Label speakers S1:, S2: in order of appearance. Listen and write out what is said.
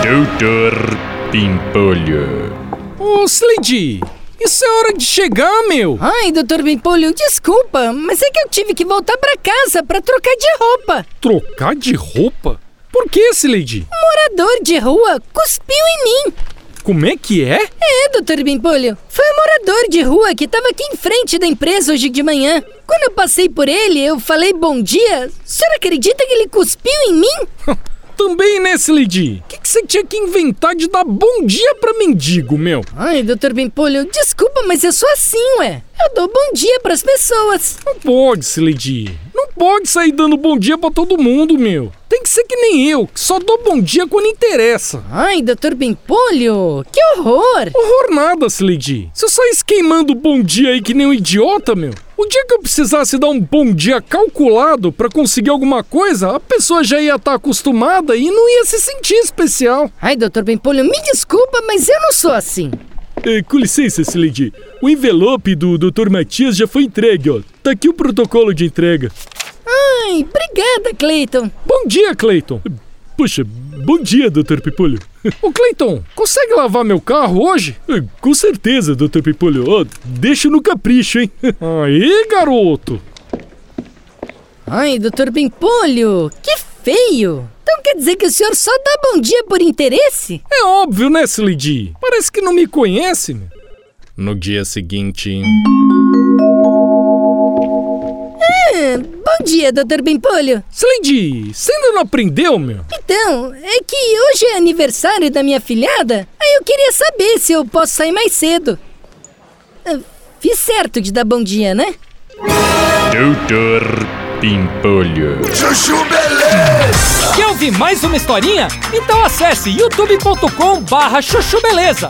S1: Senhor Pimpolho.
S2: Ô, Slade, isso é hora de chegar, meu.
S3: Ai, doutor Bimpolho, desculpa, mas é que eu tive que voltar pra casa pra trocar de roupa.
S2: Trocar de roupa? Por que, Slade?
S3: Um morador de rua cuspiu em mim.
S2: Como é que é?
S3: É, doutor Bimpolho, foi um morador de rua que tava aqui em frente da empresa hoje de manhã. Quando eu passei por ele, eu falei bom dia. O senhor acredita que ele cuspiu em mim?
S2: Também, né, Slade? O que que você tinha que inventar de dar bom dia pra mendigo, meu?
S3: Ai, doutor Bimpolho, desculpa, mas eu sou assim, ué. Eu dou bom dia pras pessoas.
S2: Não pode, Slade. Não pode sair dando bom dia pra todo mundo, meu. Tem que ser que nem eu, que só dou bom dia quando interessa.
S3: Ai, doutor Bimpolho, que horror!
S2: Horror nada, Slade. Se eu saísse queimando bom dia aí que nem um idiota, meu, o dia que eu precisasse dar um bom dia calculado pra conseguir alguma coisa, a pessoa já ia estar acostumada e não ia se sentir especial.
S3: Ai, doutor Bimpolho, me desculpa, mas eu não sou assim.
S4: É, com licença, Slade. O envelope do Dr. Matias já foi entregue, ó. Tá aqui o protocolo de entrega.
S3: Ai, obrigada, Cleiton.
S2: Bom dia, Cleiton.
S4: Poxa, bom dia, Dr. Pipolho.
S2: Ô, Cleiton, consegue lavar meu carro hoje?
S4: É, Com certeza, Dr. Pipolho. Ó, deixa no capricho, hein?
S2: Aí, garoto.
S3: Ai, doutor Bimpolho, que feio! Então quer dizer que o senhor só dá bom dia por interesse?
S2: É óbvio, né, Slade? Parece que não me conhece, meu.
S1: No dia seguinte.
S3: Ah, bom dia, doutor Bimpolho.
S2: Slade, você ainda não aprendeu, meu?
S3: Então, é que hoje é aniversário da minha filhada, aí eu queria saber se eu posso sair mais cedo. Ah, Fiz certo de dar bom dia, né?
S1: Doutor Pimpolho.
S5: Quer ouvir mais uma historinha? Então acesse youtube.com barra chuchu beleza.